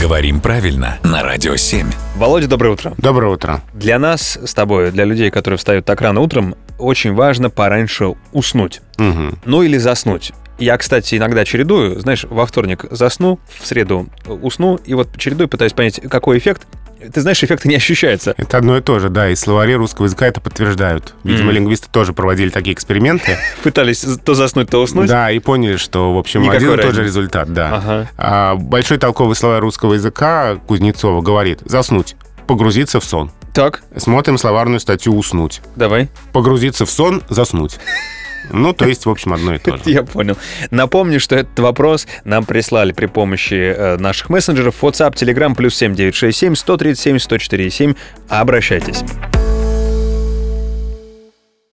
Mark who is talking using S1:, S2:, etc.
S1: Говорим правильно на Радио 7.
S2: Володя, доброе утро.
S3: Доброе утро.
S2: Для нас с тобой, для людей, которые встают так рано утром, очень важно пораньше уснуть.
S3: Мгм.
S2: Ну или заснуть. Я, кстати, иногда чередую, знаешь, во вторник засну, в среду э, усну, и вот чередую, пытаюсь понять, какой эффект. Ты знаешь, эффекта не ощущается.
S3: Это одно и то же, да, и словари русского языка это подтверждают. Видимо,
S2: Мгм.
S3: лингвисты тоже проводили такие эксперименты.
S2: Пытались то заснуть, то уснуть.
S3: Да, и поняли, что, в общем,
S2: Никакой
S3: один и тот
S2: разницы.
S3: же результат, да.
S2: Ага.
S3: А большой толковый словарь русского языка Кузнецова говорит «заснуть», «погрузиться в сон».
S2: Так,
S3: Смотрим словарную статью «уснуть».
S2: давай.
S3: «Погрузиться в сон», «заснуть». Ну, то есть, в общем, одно и то же.
S2: Я понял. Напомню, что этот вопрос нам прислали при помощи э, наших мессенджеров WhatsApp, Telegram, плюс 7967 137 104 7. Обращайтесь.